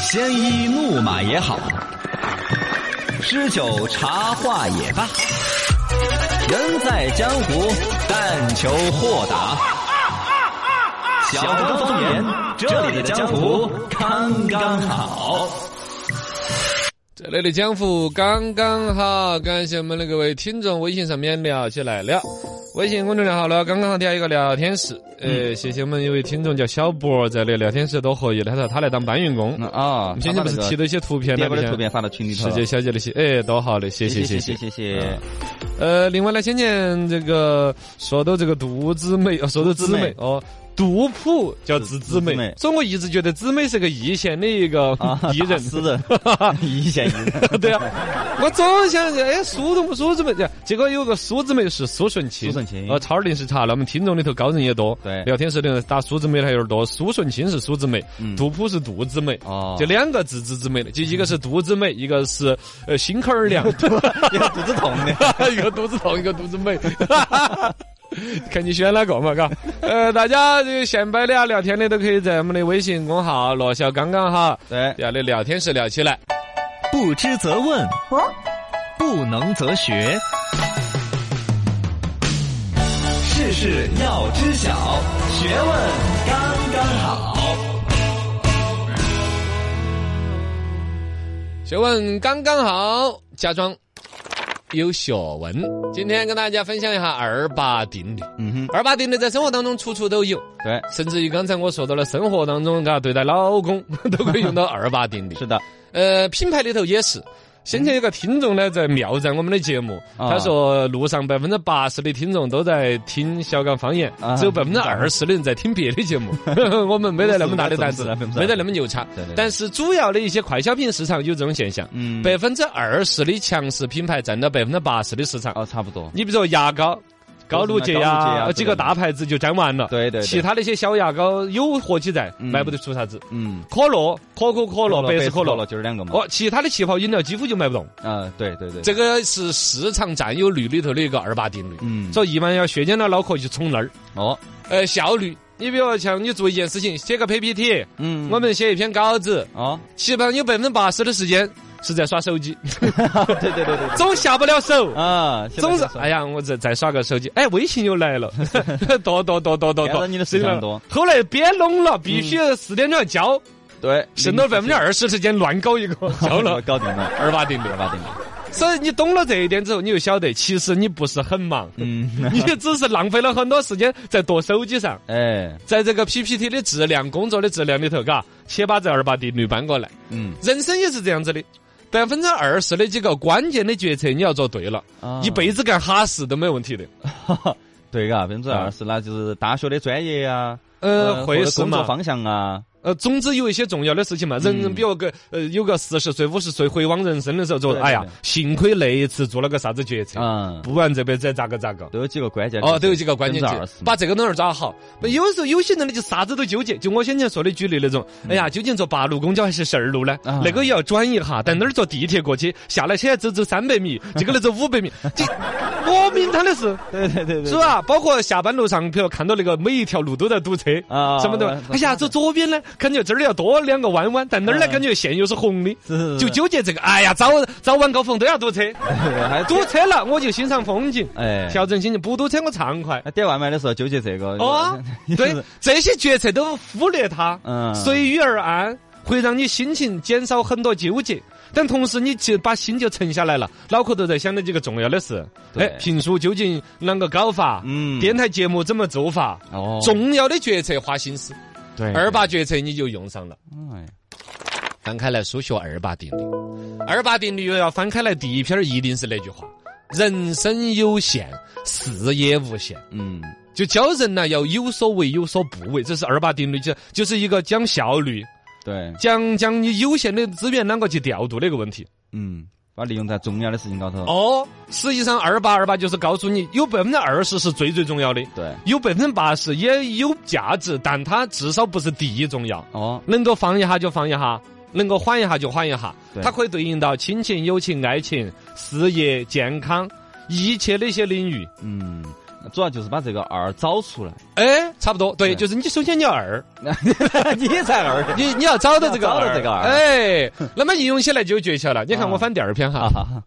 鲜衣怒马也好，诗酒茶话也罢，人在江湖，但求豁达。小刚方言，这里的江湖刚刚好。这里的江湖刚刚好，感谢我们的各位听众，微信上面聊起来了。微信公众号呢，刚刚好调一个聊天室，呃，谢谢我们一位听众叫小博在的聊天室多活跃，他说他来当搬运工。啊，你先前不是提了一些图片贴那过的图边，片发到群里头世。界小姐那些，哎，多好的，谢谢谢谢谢谢谢。谢，呃，另外呢，先前这个说到这个杜姊妹，哦说到姊妹妹哦。杜甫叫字姊姊妹妹，所以我一直觉得姊妹是个易县的一个啊， 艺 人，私人，一线一人， 对啊，我总想着，哎，苏东苏姊妹，结果有个苏姊妹是苏顺清，苏顺清呃，超儿零食茶，那我们听众里头高人也多，对聊天室里头打苏姊妹的还有点多，苏顺清是苏姊妹，嗯杜甫是杜姊妹， 哦嗯就两个字字姊妹的，就一个是杜姊妹，一个是呃心口 儿凉，有肚子痛的。一个肚子痛，一个肚子美。 看你选哪个嘛，嘎。呃，大家这个现摆的啊，聊天的都可以在我们的微信公号“罗小刚刚”哈，对，底下的聊天室聊起来。不知则问，不能则学。事事要知晓，学问刚刚好。学问刚刚好，假装有学问。今天跟大家分享一下二八定律。嗯二八定律在生活当中处处都有，哼，对，甚至于刚才我说到了生活当中，嘎，对待老公 都可以用到二八定律。是的，呃，品牌里头也是。先前有个听众呢，在妙赞我们的节目，啊他说路上百分之八十的听众都在听小港方言，啊只有百分之二十的人在听别的 节目。我们没得那么大的胆子不是不是不，是没得那么牛叉对对对。但是主要的一些快消品市场有这种现象，嗯，百分之二十的强势品牌占到百分之八十的市场。哦，差不多，你比如说牙膏。高露洁呀高露洁，呀呃几个大牌子就占完了。对对对其他那些小牙膏有火起在，嗯卖不得出啥子。嗯，可乐、可口可可乐、百事可可乐乐，就是两个嘛。哦，其他的气泡饮料几乎就卖不动。啊，对对对，这个是市场占有率里头的一个二八定律，嗯，所以一般要削尖了脑壳就冲那儿。哦，呃，效率，你比如像你做一件事情，写个 PPT，嗯，我们写一篇稿子，哦，基本上有百分之八十的时间是在耍 手机，对对对对，总下不了手。啊，总是哎呀，呀，我再再刷个手机，哎，微信又来 了，多多多多多干多，扰你的时间多。后来憋拢嗯了，必须四点钟要交，对，剩到百分之二十时间乱 搞一个，交了搞定 了，二八定律二。八定律，所以你懂了这一点之后，你就晓得其实你不是很忙，嗯，你只是浪费了很多时间在剁手机上，哎，在这个 PPT 的质量、工作的质量里头，嘎，先把这二八定律搬过来。嗯，人生也是这样子的。百分之二十的几个关键的决策你要做对了，啊一辈子干哈事都没问题的。对嘎，百分之二十那就是大学的专业呀，呃，或会者是工作嘛？方向啊，呃，总之有一些重要的事情嘛。人嗯比如个呃，有个四十岁、五十岁回望人生的时候，说对对哎呀对，幸亏那一次做了个啥子决策，嗯，不然这辈子咋个咋个。都有几个关键哦，都有几个关键百分之二词十，把这个东西儿抓好。不有时候有些人呢就啥子都纠结，就我先前说的举例那种，哎呀，究竟坐八路公交还是十二路呢？嗯啊那个也要转一下，但那儿坐地铁过去，下了车只走三百米，这个能走五百米， 这我明他的事。对对对对，是吧？包括下班路上，比如看到那个每一条路都在堵车啊什么的我。哎呀，走左边呢，感觉这儿要多两个弯弯，但那儿呢，嗯感觉线又是红的，是 是是就纠结这个。哎呀，早早晚高峰都 要堵车，还堵车了我就欣赏风景，哎，调整心情；不堵车我畅快。那点外卖的时候纠结这个哦 就，是对，这些决策都忽略它，嗯随遇而安，会让你心情减少很多纠结。但同时，你就把心就沉下来了，脑壳头在想那几个重要的事。对哎，评书究竟啷个搞法？ 嗯电台节目怎么做法？哦，哎重要的决策花心思，对二，八决策你就用上了。哎翻开来书学二八定律，二八定律又要翻开来第一篇儿一定是那句话：人生有限，事业无限。嗯，就教人呢要有所为有所不为，这是二八定律，就就是一个讲效率，对，讲讲你有限的资源啷个去调度的一个问题。嗯，把利用在重要的事情高头，哦，实际上二八二八就是告诉你，有百分之二十是最最重要的，对，有百分之八十也有价值，但它至少不是第一重要，哦，能够放一下就放一下。能够缓一下就缓一下，对它可以对应到亲情、友情、爱情、事业、健康，一切那些领域。嗯，主要就是把这个二找出来。哎，差不多，对，对就是你首先你要二，你才二， 你你要找到这个要找到二，这个二哎，那么应用起来就有诀窍了。你看我翻第二篇哈， 啊，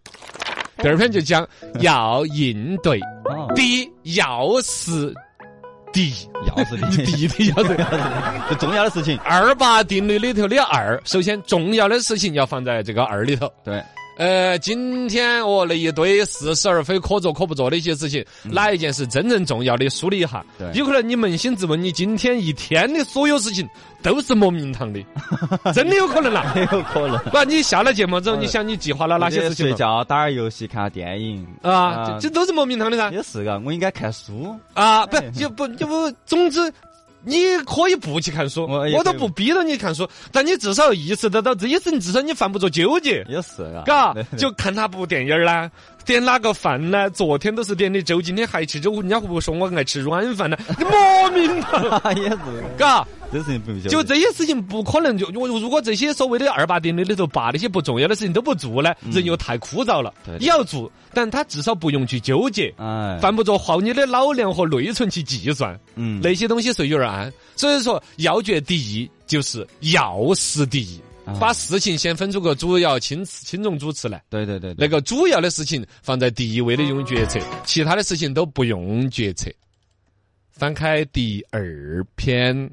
第二篇就讲要应对，哦第一要是敌，要是 你你，敌的要对。这重要的事 情，二八定律里头的二，首先重要的事情要放在这个二里头。对，呃，今天哦那一堆似是而非、可做可不做的一些事情，哪一件是真正重要的？梳理一下对。有可能你扪心自问，你今天一天的所有事情都是莫名堂的，真的有可能啦。也有可能。不然你下了节目之后，你想你计划了哪些事情睡吗？觉、打游戏、看电影，啊，这这都是莫名堂的噻。也是个，我应该看书。啊，不，就不就不，总之。你可以不去看书，我也我都可以不逼着你看书，但你至少意识得到这些事情，至少你犯不着纠结，也是啊，嘎对，对就看哪部电影儿啦，点哪个饭呢？昨天都是点的粥，今天还吃粥，人家会不会说我爱吃软饭呢？你莫名堂，也是，嘎， 这事情不用纠结就这些事情不可能就我如果这些所谓的二八定律里头把那些不重要的事情都不做呢，人又太枯燥了嗯对。的你要做，但他至少不用去纠结，哎，犯不着耗你的脑量和内存去计算。嗯，那些东西随遇而安。所以说，要诀第一就是要事第一啊，把事情先分出个主要轻次轻重主次来。对对对，那对个主要的事情放在第一位的用决策，其他的事情都不用决策。翻开第二篇，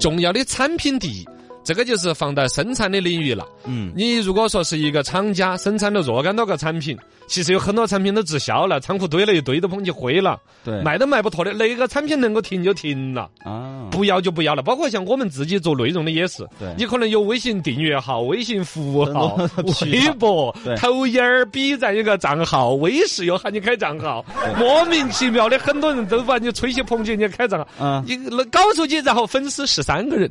重要的产品第一，这个就是放在生产的领域了。嗯，你如果说是一个厂家生产了若干多个产品，其实有很多产品都滞销了，仓库堆了一堆都捧起灰了，对，卖都卖不脱的，哪个产品能够停就停了。啊，不要就不要了。包括像我们自己做内容的也是对，你可能有微信订阅号、微信服务号很 多、渠道微博对、抖音儿、B 站有个账号，微视又喊你开账号，莫名其妙的，很多人都把你吹起捧起，你开账号。啊，你搞出去，然后粉丝十三个 人，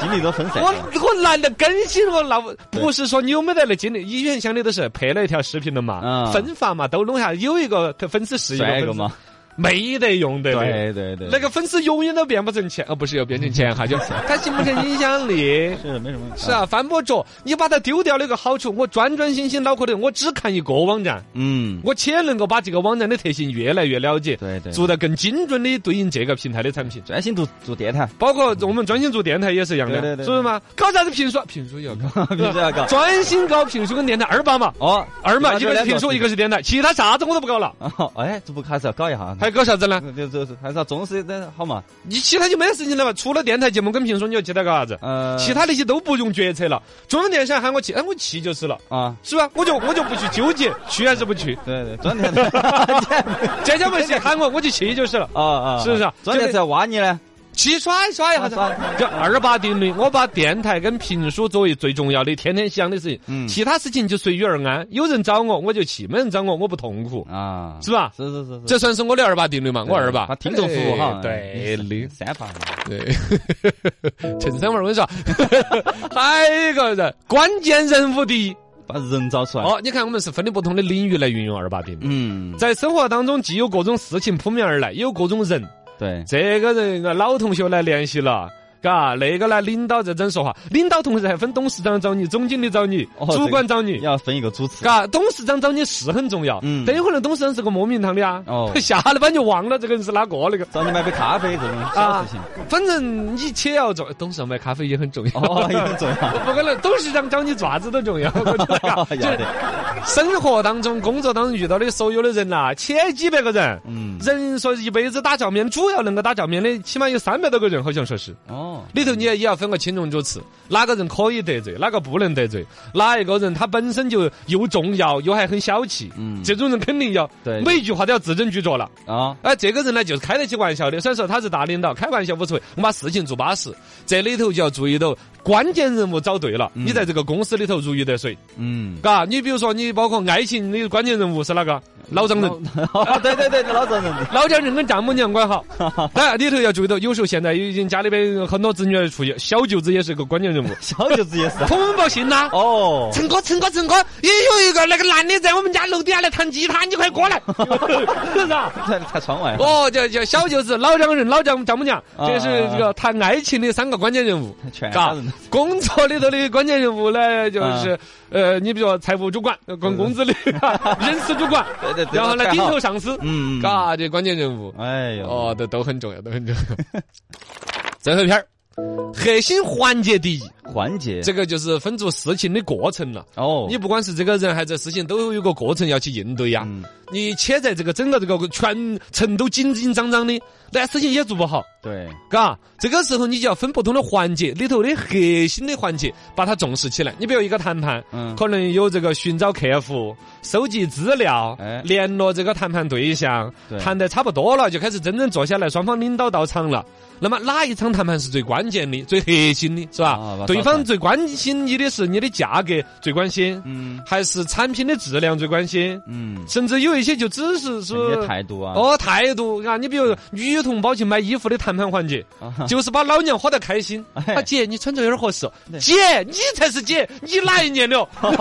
精力都分散我了，我懒得更新，我那不对是说你有没得那精力，医院想的都是拍了一条视频了嘛，嗯分发嘛，都弄下，有一个粉丝是一个算一粉个丝嘛，没得用的。对嗯对对，那个粉丝永远都变不成钱，哦，不是要变成钱哈，就他形不成影响力。是没什么，是，啊，翻不着。你把它丢掉了一个好处，我专专心心脑壳里，我只看一个网站，嗯，我且能够把这个网站的特性越来越了解，对对，做得更精准的对应这个平台的产品。专心做做电台， 包括我们专心做电台也是一样对对的，对是不是嘛？搞啥子评书？评书也要搞，必须要搞。 专心搞评书跟电台二八嘛，哦，二嘛，一你把这个是两评书，一个是电台，其他啥子我都不搞了， 哦，哎，这不还是要搞一下？ 还搞啥子呢？这这这还是要重视的，好嘛？你其他就没得事情了嘛，除了电台节目跟评书，你要其他搞啥子？呃，其他那些都不用决策了。中央电视台喊我去，哎，我去就是了，啊，是吧？我就我就不去纠结去还是不去。对对，转电 台，浙江卫视喊我，我就去就是了。啊啊，是不是啊转电台挖你呢？去耍一耍一下子耍一耍，这二八定律，我把电台跟评书作为最重要的天天想的事情，嗯其他事情就随遇而安。有人找我我就去，没人找我我不痛苦，啊，是吧？是是是是，这算是我的二八定律嘛？我二八，把听众服务哈哎，对的。三八，对， 陈三文，我跟你说， 还有一个人，关键人物第一。把人找出来，哦，你看我们是分的不同的领域来运用二八定律。嗯，在生活当中，既有各种事情扑面而来，也有各种人。对，这个人啊，老同学来联系了。嘎，那个呢？领导在这说话，领导同时还分董事长找你、总经理找你、哦主管找你。要分一个主次，嘎，董事长找你是很重要，嗯但有可能董事长是个莫名堂的啊。哦下了班就忘了这个人是哪个那个。找你买杯咖啡这种小事情，反正你且要做，董事长买咖啡也很重要。哦，也很重要，不可能，董事长找你爪子都重 要。我觉得嘎就要是得，生活当中、工作当中遇到的所有的人呐、千几百个人，嗯，人说一辈子打照面，主要能够打照面的，起码有三百多个人，好像说是。哦，里头你也也要分个轻重主次，哪个人可以得罪，哪个不能得罪，哪一个人他本身就又重要又还很小气，嗯这种人肯定要对每一句话都要字斟句酌了。啊，哎，这个人呢，就是开得起玩笑的。虽然说他是大领导，开玩笑无所谓，我们把事情做巴适。这里头就要注意到关键人物找对了，你在这个公司里头如鱼得水，嗯，嘎。你比如说，你包括爱情的关键人物是哪个？老丈人。哦，对对对，老丈人。老丈人跟丈母娘管好，当然里头要注意到，有时候现在已经家里边很多子女儿出去，小舅子也是个关键人物，小舅子也是啊。通报信呐。哦，陈哥，陈哥，陈哥，也有一个那个男的在我们家楼底下来弹吉他，你快 过来，是不是啊？在在窗外。哦，叫叫小舅子、老丈人、老丈丈母娘，啊哎这是这个谈爱情的三个关键人物。全嘎人，工作里头的关键人物呢，啊就是呃，你比如说财务主管、呃管工资的、人事主管 对对，对然后呢，太好顶头上司，嗯，嘎，这关键人物，哎呦，哦，都都很重要，都很重 要。最后一篇儿，核心环节第一，环节这个就是分组事情的过程了。哦，你不管是这个人还是事情，都有一个过程要去应对呀。嗯你且在这个整个这个全程都紧紧张张的，那事情也做不好。对，嘎，这个时候你就要分不同的环节里头的核心的环节，把它重视起来。你比如一个谈判，嗯可能有这个寻找客户、收集资料、哎联络这个谈判对象，对谈得差不多了，就开始真正坐下来，双方领导到场了。那么哪一场谈判是最关键的、最核心的，是吧？啊把对它方看最关心你的是你的价格最关心，嗯还是产品的质量最关心？嗯，甚至有一些就只是你说的态度啊，哦，态度啊！你比如女同胞去买衣服的谈判环节，就是把老娘喝得开心。啊哎啊，姐，你穿着有点合适。对姐，你才是姐，你哪一年 了？喊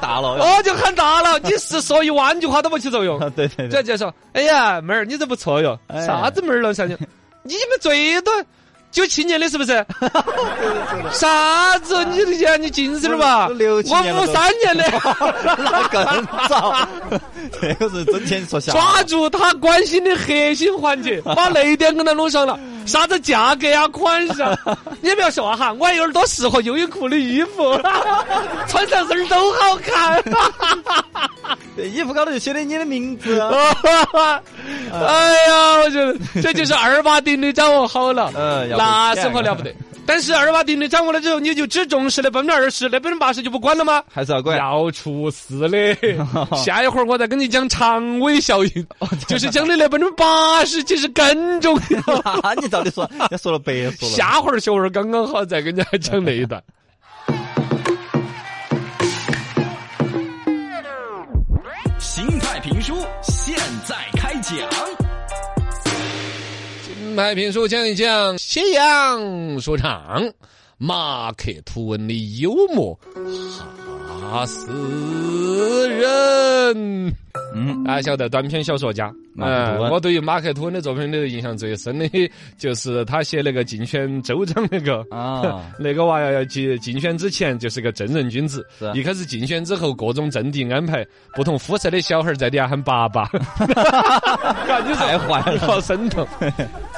大了，哦，就喊大了，你是说一万句话都不起作用。对 对这对，就说，哎呀，妹儿，你这不错哟，哎啥子妹儿了？啥 子？你们最多九七年的，是不是？啥子？你这些你近视了吧？都六七年了我五都三年的。 那更早， 这个是真前说瞎话抓住他关心的核心环节，把雷点跟他弄上了。啥子价格呀、款式啊，你不要说哈，我还有点多适合优衣库的衣服，穿上身儿都好看。对衣服高头就写的你的名字 啊，哎呀，我觉得这就是二八定律掌握好了，嗯要不那这样生活了不得。但是二八定律掌握了之后，你就只重视那百分之二十，那百分之八十就不管了吗？ 还是要 管，要出事 的。下一会儿我再跟你讲长尾效应，就是讲的那百分之八十其实更 重要。那你到底说，你说了白说了，下回儿学会儿刚刚好，再跟大家讲那一 段。形态评书现在开讲。买评书讲一讲西洋说唱马克吐温的幽默，吓死人！嗯，大家晓得短篇小说家。呃马克吐温我对于马克吐温的作品里头印象最深的，就是他写那个竞选州长那个。 啊，那个娃要要去竞选之前就是个正人君子是，啊一开始竞选之后各种阵地安排，不同肤色的小孩儿在底下喊 爸爸，你说太坏 了好生动。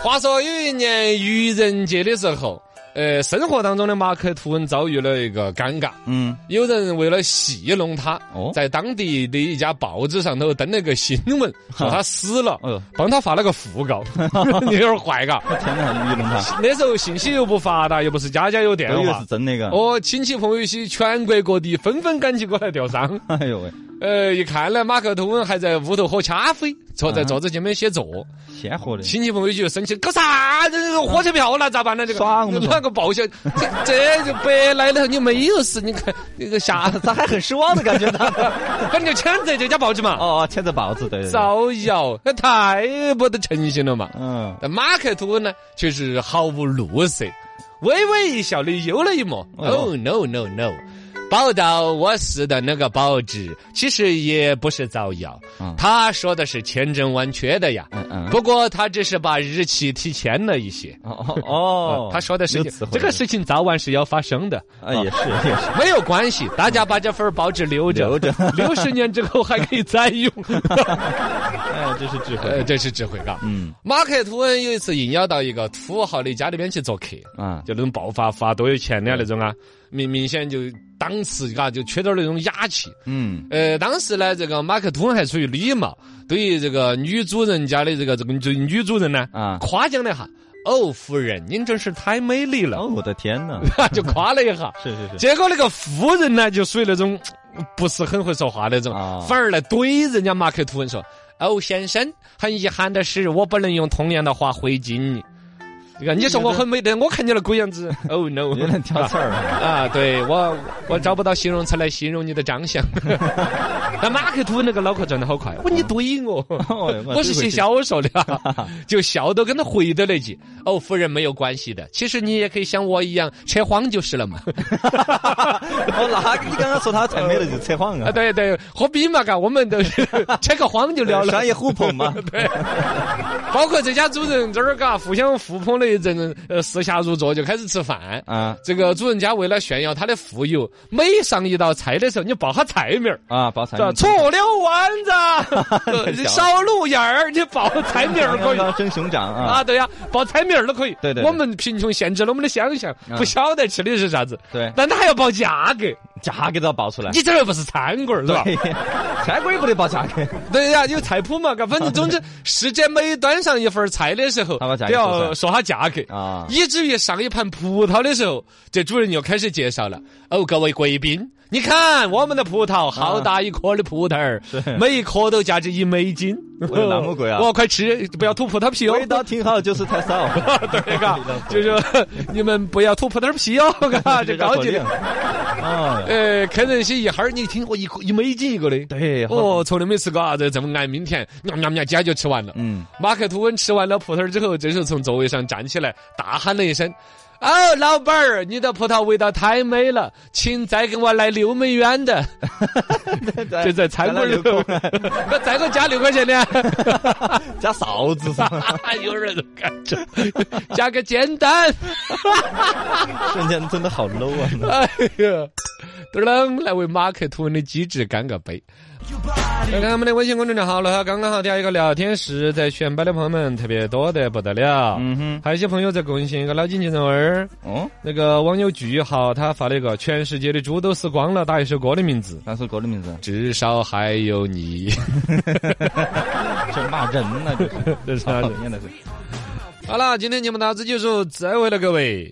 话说有一年愚人节的时候，呃，生活当中的马克吐温遭遇了一个尴尬，嗯，有人为了戏弄他哦，在当地的一家报纸上头登了个新闻，说他死了哎呦，帮他发了个 讣告， 你有点坏嘎。天哪，你弄 他，那时候信息又不发达，又不是家家有电我以为话是，真那个，哦，亲戚朋友一起，全国各地纷纷赶起过来吊丧。 哎呦喂，呃，一看呢，马克吐温还在屋头喝咖啡，坐在桌子前面写作。鲜活 的，亲戚朋友就生气，搞啥子？火车票了咋办呢？这个耍我们哪个报销？这这就白来了，你没有事，你看那个 吓死，咋还很失望的感觉呢？ 反正就抢在这家报纸嘛，哦，牵着报纸，对对 对，造谣，那太不得诚信了嘛。嗯，但马克吐温呢，却是毫无露色，微微一笑的幽了一默。哎呦 Oh no no no！报道我死的那个报纸，其实也不是造谣，嗯他说的是千真万确的呀。嗯嗯，不过他只是把日期提前了一些。呃哦 哦哦，他说的事有词情，汇这个事情早晚是要发生的，啊，也是也 是，没有关系，大家把这份报纸 留着，留着六十年之后还可以 再用。哎，这是智呃，慧，这是智慧嘎。嗯马克吐温有一次应邀到一个土豪的家里边去做客，啊，就那种暴发发多有钱的啊那种啊，明明显就档次嘎就缺点那种雅气。嗯，呃，当时呢，这个马克吐温还出于礼貌，对于这个女主人家的这个这个这个女主人呢， 啊夸奖了一下。哦，夫人，您真是太美丽了 哦，，我的天哪，就夸了一下。是 是是，结果那个夫人呢，就属于那种呃不是很会说话那种，啊反而来怼人家马克 “Oh，吐温说：“哦，先生，很遗憾的是，我不能用同样的话回敬你。”这个你说我很美的，我看你那狗样子。Oh no！也能挑刺 儿，啊，对我我找不到形容词来形容你的长相。 那马克吐温那个脑壳转得好快，我你怼 我，哦我是 写小说的啊， 就笑都跟他回的那句。哦，夫人没有关系的，其实你也可以像我一样扯谎就是了嘛。 哦，那你刚刚说他太美了就扯谎啊，啊，对对，何必嘛？嘎，我们都是 扯个谎就 聊了商。业互捧嘛，对， 包括这家主人这儿嘎，互相互捧了一阵，呃，私下入座就开始吃饭。啊这个主人家为了炫耀他的富有，每上一道菜的时候，你报下菜名儿。啊，包菜是吧？醋溜丸 子呃，烧鹿眼儿，你报菜名 儿可以。蒸熊掌啊，啊，对呀、报菜名儿都可以。对对对我们贫穷限制了我们的想象，啊不晓得吃的是啥子。对但他还要报价格，价格都要报 出来，你这儿又不是餐馆儿，是吧？餐馆也不得报价格，对呀、有菜谱嘛，嘎，反正总之，世界每端上一份儿菜的时候，他把价都格说出来要说下价格啊以至于上一盘葡萄的时候，这主人又开始介绍了。哦，各位贵宾，你看我们的葡萄，好大一颗的葡 萄儿，每一颗都价值一美金，哦我有那么贵啊我快吃，不要吐葡萄皮哦，味。道挺好，就是太少 对嘎，就是说你们不要吐葡萄皮哦， 嘎，这高级的，的。啊，呃，肯德基一哈儿，你听我一颗一美金一个的，对，好哦，从来没吃过啥子这么爱抿甜，喵喵喵，家就吃完了。 嗯，马克吐温吃完了葡萄之后，这时候从座位上站起来，大喊了一声：“哦，老板儿，你的葡萄味道太美了，请再给我来六美元的。 就在餐馆里头，那再给我加六块钱 哎的。 加臊子上，有人都干这， 加个煎蛋。瞬间真的好 low 啊！哎呀，嘟啷来为马克吐温的机智干个杯。来看我们的微信公众号了，刚刚好底下一个聊天室，在选拔的朋友们特别多得不得了。嗯哼，还有一些朋友在贡献一个脑筋急转弯儿，哦，那个网友句号他发了一个“全世界的猪都死光了”，打一首歌的名字，那首歌的名字至少还 有你。 这骂人呢，这是这是 讨厌的是。好了，今天节目到此结束，再会了各位。